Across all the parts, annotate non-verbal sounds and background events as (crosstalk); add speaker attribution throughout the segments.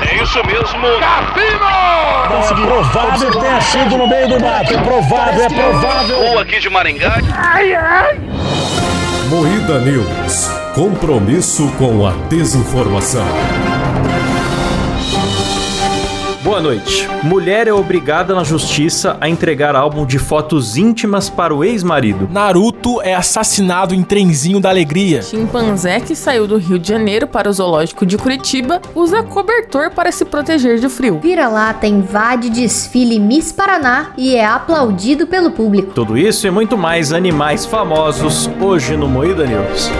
Speaker 1: É isso mesmo. Cassino!
Speaker 2: Conseguiu. Provável tenha
Speaker 3: assim
Speaker 2: sido no meio do mato. É provável, é provável.
Speaker 1: Ou aqui de Maringá.
Speaker 4: Moída News. Compromisso com a desinformação.
Speaker 5: Boa noite. Mulher é obrigada na justiça a entregar álbum de fotos íntimas para o ex-marido.
Speaker 3: Naruto é assassinado em trenzinho da alegria.
Speaker 6: Chimpanzé que saiu do Rio de Janeiro para o zoológico de Curitiba usa cobertor para se proteger de frio.
Speaker 7: Vira-lata invade desfile Miss Paraná e é aplaudido pelo público.
Speaker 5: Tudo isso e muito mais animais famosos hoje no Moída News.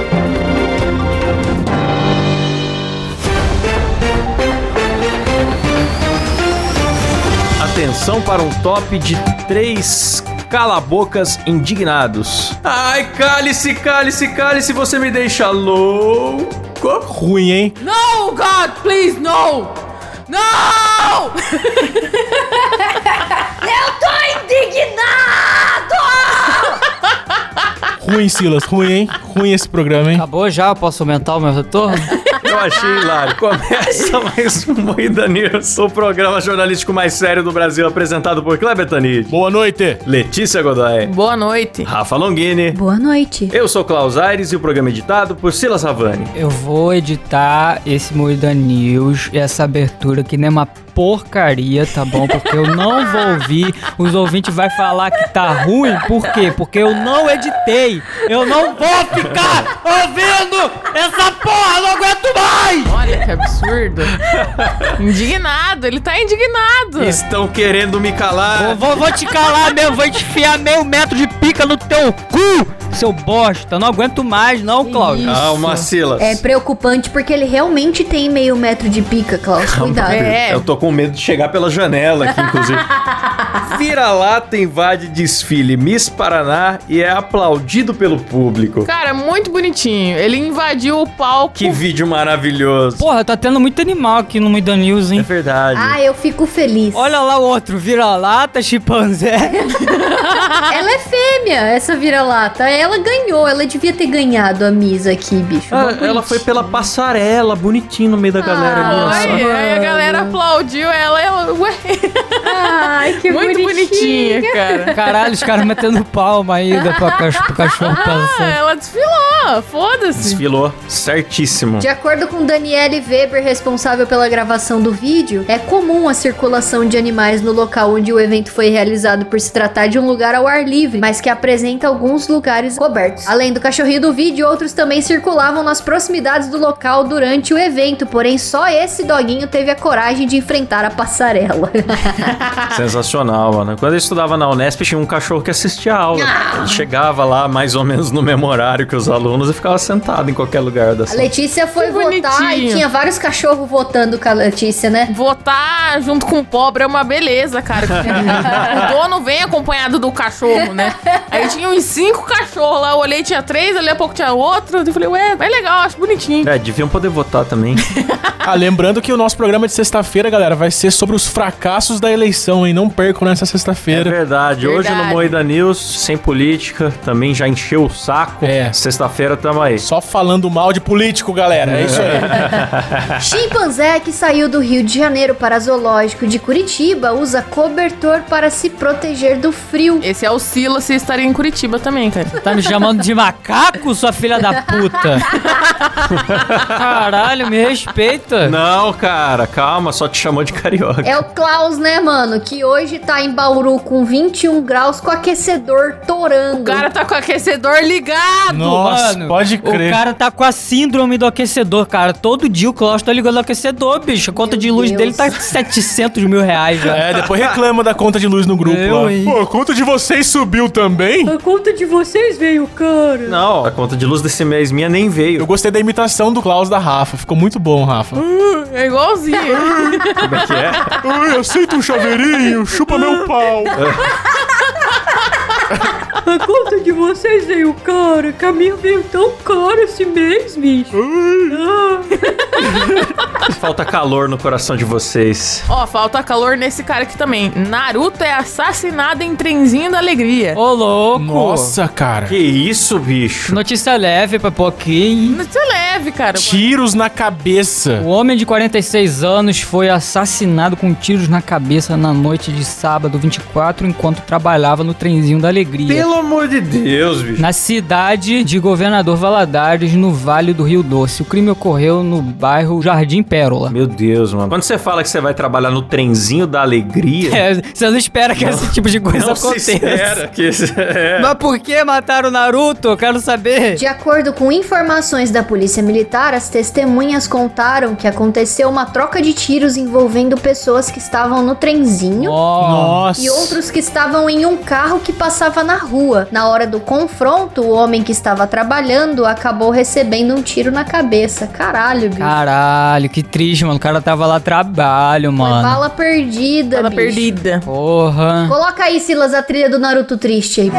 Speaker 5: Atenção para um top de três calabocas indignados. Ai, cale-se, cale-se, cale-se, você me deixa louco.
Speaker 3: Ruim, hein?
Speaker 6: No, God, please, no! No!
Speaker 3: Ruim, Silas. Ruim, hein? Ruim esse programa, hein?
Speaker 8: Acabou já? Posso aumentar o meu retorno?
Speaker 5: Eu achei hilário. (laughs) Começa mais um Moída News, o programa jornalístico mais sério do Brasil, apresentado por Kleber Tanid,
Speaker 3: Boa noite.
Speaker 5: Letícia Godoy,
Speaker 6: Boa noite.
Speaker 5: Rafa Longini.
Speaker 7: Boa noite.
Speaker 5: Eu sou Klaus Aires e o programa é editado por Silas Havani.
Speaker 8: Eu vou editar esse Moída News, essa abertura que nem uma porcaria, tá bom? Porque eu não vou ouvir. Os ouvintes vão falar que tá ruim. Por quê? Porque eu não editei. Eu não vou ficar ouvindo essa porra, não aguento mais!
Speaker 6: Olha que absurdo. indignado, ele tá indignado.
Speaker 5: Estão querendo me
Speaker 8: Eu
Speaker 5: calar.
Speaker 8: vou, vou te calar mesmo, vou te enfiar meio metro de pica no teu cu, seu bosta. Não aguento mais, não, Cláudio.
Speaker 5: Calma, Silas.
Speaker 7: É preocupante porque ele realmente tem meio metro de pica, Klaus. Cuidado.
Speaker 6: É.
Speaker 5: Eu tô com medo de chegar pela janela aqui,
Speaker 6: (laughs)
Speaker 5: inclusive. Vira-lata invade desfile Miss Paraná e é aplaudido pelo público.
Speaker 6: Cara, é muito bonitinho. Ele invadiu o palco.
Speaker 5: Que vídeo maravilhoso.
Speaker 8: Porra, tá tendo muito animal aqui no Muida News,
Speaker 5: É
Speaker 8: hein?
Speaker 5: verdade.
Speaker 7: Ah, eu fico feliz.
Speaker 8: Olha lá o outro, vira-lata, chimpanzé.
Speaker 7: Ela é fêmea, essa vira-lata. Ela ganhou, ela devia ter ganhado a Miss aqui, bicho.
Speaker 5: Ah, ela foi pela passarela, bonitinho no meio da galera ali, ó,
Speaker 6: Ah, Olha,
Speaker 5: só.
Speaker 6: aí a galera aplaudiu ela. ela- Ué,
Speaker 7: Ai, que
Speaker 6: muito bonitinha, cara.
Speaker 8: Caralho, os caras metendo palma ainda pra cach- pro cachorro
Speaker 6: Ah,
Speaker 8: passar.
Speaker 6: ela desfilou, foda-se.
Speaker 5: Desfilou certíssimo.
Speaker 7: De acordo com Daniele Weber, responsável pela gravação do vídeo, é comum a circulação de animais no local onde o evento foi realizado por se tratar de um lugar ao ar livre, mas que apresenta alguns lugares cobertos. Além do cachorrinho do vídeo, outros também circulavam nas proximidades do local durante o evento, porém só esse doguinho teve a coragem de enfrentar a passarela. (laughs)
Speaker 5: Sensacional, mano. Quando eu estudava na Unesp, tinha um cachorro que assistia a aula. Ele chegava lá mais ou menos no mesmo horário que os alunos e ficava sentado em qualquer lugar da
Speaker 7: A
Speaker 5: sala.
Speaker 7: Letícia foi
Speaker 6: Que
Speaker 7: votar e
Speaker 6: bonitinho.
Speaker 7: tinha vários cachorros votando com a Letícia, né?
Speaker 6: Votar junto com o pobre é uma beleza, cara. o dono vem acompanhado do cachorro, né? Aí tinha uns cinco cachorros lá, eu olhei, tinha três, ali a pouco tinha outro. Eu falei, ué, é legal, acho bonitinho.
Speaker 5: É, deviam poder votar (laughs) também.
Speaker 3: Ah, lembrando que o nosso programa é de sexta-feira, galera, vai ser sobre os fracassos da eleição, hein? Não percam nessa
Speaker 5: É
Speaker 3: sexta-feira.
Speaker 5: verdade. Hoje no
Speaker 6: Verdade.
Speaker 5: Moeda News, sem política, também já encheu o saco.
Speaker 3: É.
Speaker 5: Sexta-feira tamo aí.
Speaker 3: Só falando mal de político, galera. É isso aí.
Speaker 7: Chimpanzé que saiu do Rio de Janeiro para zoológico de Curitiba usa cobertor para se proteger do frio.
Speaker 6: Esse é o Silas e estaria em Curitiba também, cara.
Speaker 8: Tá me chamando de macaco, sua filha da puta? Caralho, me respeita.
Speaker 5: Não, cara, calma, só te chamou de carioca.
Speaker 7: É o Klaus, né, mano? Que hoje tá em Bauru com 21 graus com aquecedor
Speaker 6: O
Speaker 7: torando.
Speaker 6: cara tá com o aquecedor ligado.
Speaker 3: Nossa,
Speaker 8: Mano,
Speaker 3: pode crer.
Speaker 8: O cara tá com a síndrome do aquecedor, cara. Todo dia o Klaus tá ligando o aquecedor, bicho. A conta
Speaker 7: Meu
Speaker 8: de luz
Speaker 7: Deus.
Speaker 8: dele tá 700 mil reais, velho.
Speaker 3: É, depois reclama da conta de luz no grupo
Speaker 8: Eu,
Speaker 3: lá.
Speaker 8: hein?
Speaker 3: Pô, a conta de vocês subiu também?
Speaker 7: A conta de vocês veio, cara.
Speaker 5: Não, a conta de luz desse mês minha nem
Speaker 3: Eu
Speaker 5: veio.
Speaker 3: gostei da imitação do Klaus da Rafa. Ficou muito bom, Rafa.
Speaker 6: É
Speaker 9: Ah,
Speaker 6: igualzinho.
Speaker 5: Como é que é? (laughs)
Speaker 3: Ai, aceita um chaveirinho, chupa meu pau.
Speaker 9: A conta de vocês veio cara. Caminho veio tão caro assim esse mês, bicho. Ah.
Speaker 5: Falta calor no coração de vocês.
Speaker 6: Ó, falta calor nesse cara aqui também. Naruto é assassinado em trenzinho da alegria.
Speaker 8: Ô, louco!
Speaker 3: Nossa, cara.
Speaker 5: Que isso, bicho?
Speaker 8: Notícia leve pra pouquinho.
Speaker 6: Isso é leve, cara.
Speaker 3: Tiros na cabeça.
Speaker 8: O homem de 46 anos foi assassinado com tiros na cabeça na noite de sábado 24 enquanto trabalhava no trenzinho da alegria.
Speaker 5: Pelo amor de Deus, bicho.
Speaker 8: Na cidade de Governador Valadares, no Vale do Rio Doce. O crime ocorreu no bairro Jardim Pérola.
Speaker 5: Meu Deus, mano. Quando você fala que você vai trabalhar no trenzinho da alegria,
Speaker 8: É, você não espera que esse tipo de coisa
Speaker 5: não se
Speaker 8: aconteça.
Speaker 5: espera que isso- é.
Speaker 8: Mas por que mataram o Naruto? Eu quero saber.
Speaker 7: De acordo com informações da Polícia Militar, as testemunhas contaram que aconteceu uma troca de tiros envolvendo pessoas que estavam no trenzinho
Speaker 8: Ó,
Speaker 3: Nossa.
Speaker 7: e outros que estavam em um carro que passava na rua. Na hora do confronto, o homem que estava trabalhando acabou recebendo um tiro na cabeça. Caralho, bicho.
Speaker 8: Caralho, que triste, mano. O cara tava lá trabalho,
Speaker 7: Foi
Speaker 8: mano.
Speaker 7: bala perdida,
Speaker 6: Tava
Speaker 7: bicho.
Speaker 6: tá perdida.
Speaker 8: Porra.
Speaker 7: Coloca aí, Silas, a trilha do Naruto triste aí.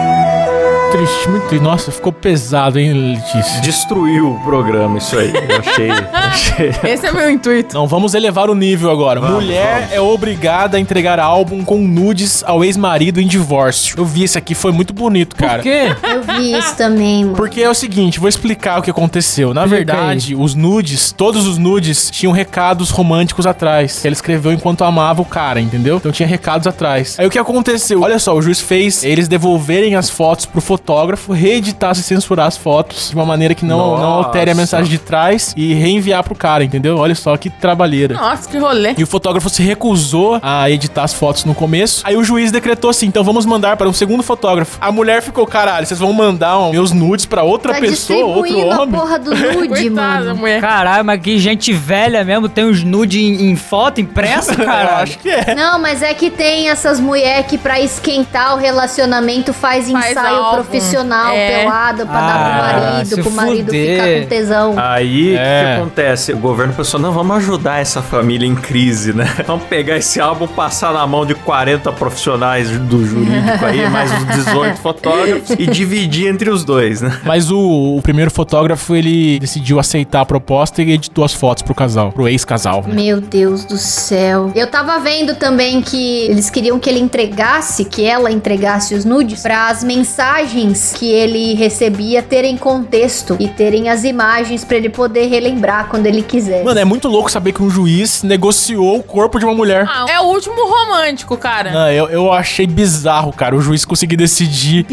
Speaker 3: Triste, muito triste. Nossa, ficou pesado, hein, Letícia?
Speaker 5: Destruiu o programa, isso aí. Eu achei. achei.
Speaker 6: Esse é meu intuito.
Speaker 3: Não, vamos elevar o nível agora. Mulher é obrigada a entregar álbum com nudes ao ex-marido em divórcio. Eu vi esse aqui, foi muito bonito, cara.
Speaker 8: Por quê?
Speaker 7: Eu vi isso também, mano.
Speaker 3: Porque é o seguinte, vou explicar o que aconteceu. Na
Speaker 8: Explica
Speaker 3: verdade, os nudes, todos os nudes, tinham recados românticos atrás. que Ela escreveu enquanto amava o cara, entendeu? Então tinha recados atrás. Aí o que aconteceu? Olha só, o juiz fez eles devolverem as fotos pro fotógrafo, reeditar se censurar as fotos de uma maneira que não, não altere a
Speaker 5: Nossa.
Speaker 3: mensagem de trás e reenviar pro cara, entendeu? Olha só que trabalheira.
Speaker 6: Nossa, que rolê.
Speaker 3: E o fotógrafo se recusou a editar as fotos no começo. Aí o juiz decretou assim: então vamos mandar para um segundo fotógrafo. A mulher ficou, caralho, vocês vão mandar um- meus nudes para outra
Speaker 7: Tá
Speaker 3: pessoa, outro
Speaker 7: distribuindo a
Speaker 3: homem.
Speaker 7: porra do nude,
Speaker 6: Coitada,
Speaker 7: mano.
Speaker 6: mulher.
Speaker 8: Caralho, mas que gente velha mesmo. Tem uns nude em, em
Speaker 3: (laughs)
Speaker 8: foto, impressa,
Speaker 3: Eu
Speaker 8: caralho.
Speaker 3: acho que é.
Speaker 7: Não, mas é que tem essas mulher que pra esquentar o relacionamento faz,
Speaker 6: Faz
Speaker 7: ensaio
Speaker 6: álbum.
Speaker 7: profissional,
Speaker 6: É.
Speaker 7: pelada, pra
Speaker 8: Ah,
Speaker 7: dar pro marido,
Speaker 8: se
Speaker 7: pro marido
Speaker 8: fuder.
Speaker 7: ficar com
Speaker 5: Ah,
Speaker 7: tesão.
Speaker 5: (laughs) Aí, o
Speaker 3: É.
Speaker 5: que acontece? O governo pensou, não, vamos ajudar essa família em crise, né? (laughs) Vamos pegar esse álbum, passar na mão de 40 profissionais do jurídico aí, mais os 18 fotógrafos, e dividir entre os dois, né?
Speaker 3: Mas o, o primeiro fotógrafo, ele decidiu aceitar a proposta e editou as fotos pro casal, pro ex-casal. né?
Speaker 7: Meu Deus do céu. Eu tava vendo também que eles queriam que ele entregasse, que ela entregasse os nudes pra as mensagens que ele recebia terem contexto e terem as imagens pra ele poder relembrar quando ele quiser.
Speaker 3: Mano, é muito louco saber que um juiz negociou o corpo de uma mulher.
Speaker 6: Ah, é o último romântico, cara.
Speaker 3: Não, eu, eu achei bizarro, cara. O juiz conseguir decidir.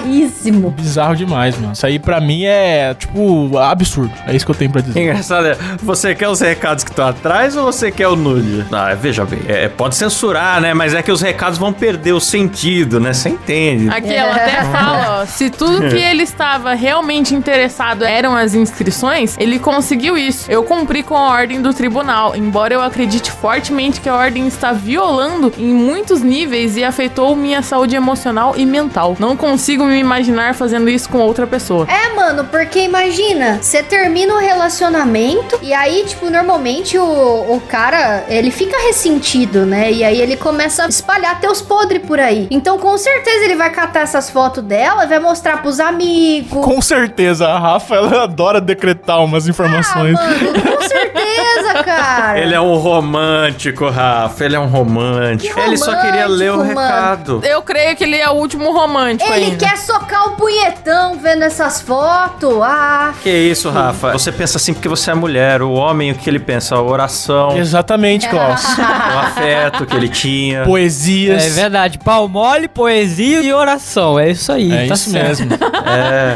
Speaker 7: bizarríssimo.
Speaker 3: Bizarro demais, mano. Isso aí pra mim é, tipo, absurdo. É isso que eu tenho pra dizer.
Speaker 5: (laughs) Engraçado é, você quer os recados que estão atrás ou você quer o nude? Ah, veja bem, é, pode censurar, né? Mas é que os recados vão perder o sentido, né? Você entende.
Speaker 6: Aqui ela até
Speaker 7: É.
Speaker 6: fala, ó, se tudo que ele estava realmente interessado eram as inscrições, ele conseguiu isso. Eu cumpri com a ordem do tribunal, embora eu acredite fortemente que a ordem está violando em muitos níveis e afetou minha saúde emocional e mental. Não consigo me imaginar fazendo isso com outra pessoa.
Speaker 7: É, mano, porque imagina, você termina o relacionamento e aí, tipo, normalmente o, o cara, ele fica ressentido, né? E aí ele começa a espalhar teus podres por aí. Então, com certeza, ele vai catar essas fotos dela, vai mostrar pros amigos.
Speaker 3: Com certeza, a Rafa ela adora decretar umas
Speaker 7: Ah,
Speaker 3: informações.
Speaker 7: mano, com certeza, cara.
Speaker 5: Ele é um romântico, Rafa. Ele é um romântico.
Speaker 7: Que
Speaker 5: ele só queria ler o
Speaker 7: romântico, mano.
Speaker 5: recado.
Speaker 6: Eu creio que ele é o último romântico
Speaker 7: Ele
Speaker 6: ainda.
Speaker 7: quer socar o punhetão vendo essas fotos. Ah,
Speaker 5: Que isso, Rafa? Você pensa assim porque você é mulher. O homem, o que ele pensa? A oração,
Speaker 3: Exatamente, Klaus.
Speaker 5: o afeto que ele tinha.
Speaker 3: Poesias.
Speaker 8: É verdade. Pau mole, poesia e oração. É isso aí.
Speaker 3: É
Speaker 8: tá
Speaker 3: isso
Speaker 8: certo.
Speaker 3: mesmo.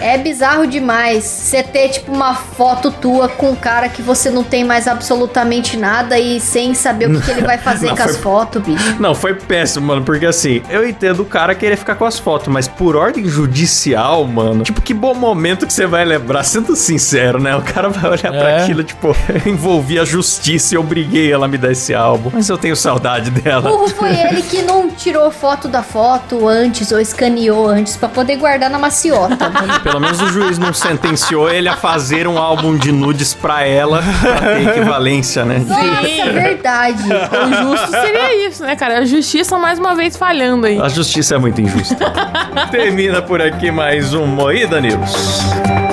Speaker 7: É bizarro demais você ter, tipo, uma foto tua com um cara que você não tem mais absolutamente nada e sem saber o que, que ele vai fazer
Speaker 5: (laughs) Não,
Speaker 7: com as
Speaker 5: foi- (laughs)
Speaker 7: fotos, bicho.
Speaker 5: Não, foi péssimo, mano, porque assim, eu entendo o cara querer ficar com as fotos, mas por ordem judicial, mano, tipo, que bom momento que você vai lembrar, sendo sincero, né? O cara vai olhar pra
Speaker 3: É.
Speaker 5: aquilo, tipo, (laughs) eu envolvi a justiça e obriguei ela a me dar esse álbum, mas eu tenho (laughs) saudade dela.
Speaker 7: Burro foi ele que não tirou foto da foto antes ou escaneou antes pra poder e guardar
Speaker 5: (laughs)
Speaker 7: na maciota.
Speaker 5: Pelo menos o juiz não sentenciou ele a fazer um álbum de nudes pra ela pra ter equivalência, né?
Speaker 7: Nossa, é
Speaker 5: (laughs)
Speaker 7: verdade.
Speaker 6: O justo seria isso, né, cara? A justiça mais uma vez falhando
Speaker 5: (laughs)
Speaker 6: aí.
Speaker 5: A justiça é muito injusta. Termina por aqui mais um Moída News.